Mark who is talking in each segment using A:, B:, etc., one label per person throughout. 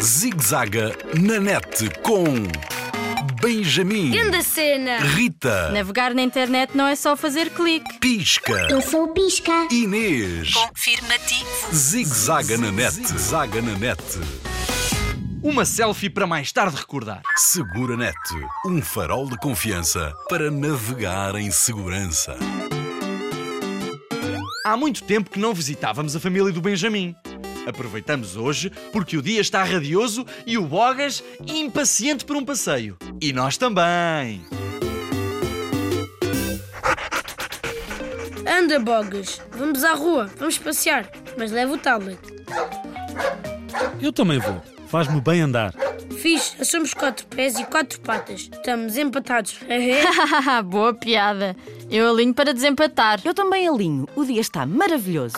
A: Zigzaga na net com Benjamin,
B: Grande cena!
A: Rita,
C: Navegar na internet não é só fazer clique.
A: Pisca,
D: Eu sou o Pisca.
A: Inês.
E: Confirmativo.
A: Zigzaga na net, zaga na net.
F: Uma selfie para mais tarde recordar.
A: Segura net, um farol de confiança para navegar em segurança.
F: Há muito tempo que não visitávamos a família do Benjamin. Aproveitamos hoje porque o dia está radioso e o Bogas impaciente por um passeio. E nós também.
B: Anda, Bogas, vamos à rua, vamos passear, mas leva o tablet.
G: Eu também vou. Faz-me bem andar.
B: Fixe, somos quatro pés e quatro patas. Estamos empatados.
C: Haha, boa piada. Eu alinho para desempatar.
E: Eu também alinho. O dia está maravilhoso.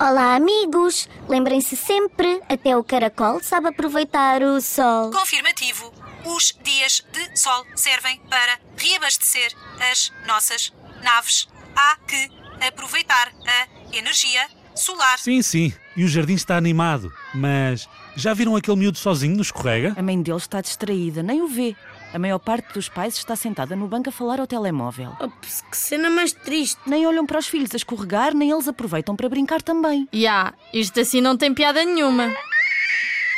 D: Olá, amigos. Lembrem-se sempre, até o caracol sabe aproveitar o sol.
H: Confirmativo. Os dias de sol servem para reabastecer as nossas naves. Há que aproveitar a energia solar.
G: Sim, sim. E o jardim está animado. Mas já viram aquele miúdo sozinho no escorrega?
E: A mãe dele está distraída, nem o vê. A maior parte dos pais está sentada no banco a falar ao telemóvel.
B: Ops, Oh, que cena mais triste.
E: Nem olham para os filhos a escorregar, nem eles aproveitam para brincar também.
C: Ya, isto assim não tem piada nenhuma.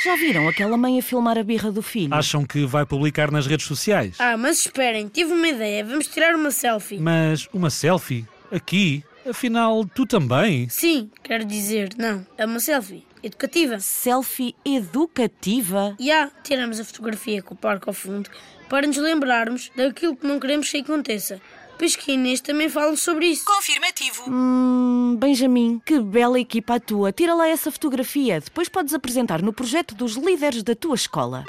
E: Já viram aquela mãe a filmar a birra do filho?
G: Acham que vai publicar nas redes sociais?
B: Ah, mas esperem, tive uma ideia, vamos tirar uma selfie.
G: Mas uma selfie? Aqui? Afinal, tu também?
B: Sim, quero dizer, não, é uma selfie, educativa.
E: Selfie educativa.
B: E há, tiramos a fotografia com o parque ao fundo para nos lembrarmos daquilo que não queremos que aconteça. Pesca e Inês também falam sobre isso.
H: Confirmativo.
E: Hum, Benjamin, que bela equipa a tua. Tira lá essa fotografia. Depois podes apresentar no projeto dos líderes da tua escola.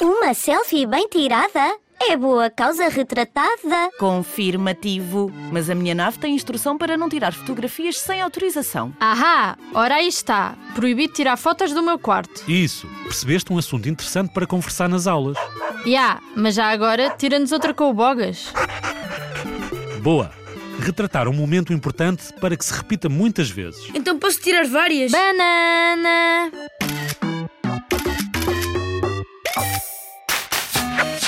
D: Uma selfie bem tirada é boa causa retratada.
E: Confirmativo. Mas a minha nave tem instrução para não tirar fotografias sem autorização.
C: Ahá, ora aí está. Proibido tirar fotos do meu quarto.
G: Isso. Percebeste um assunto interessante para conversar nas aulas.
C: Ya, mas já agora tira-nos outra com o Bogas.
G: Boa. Retratar um momento importante para que se repita muitas vezes.
B: Então posso tirar várias?
C: Banana!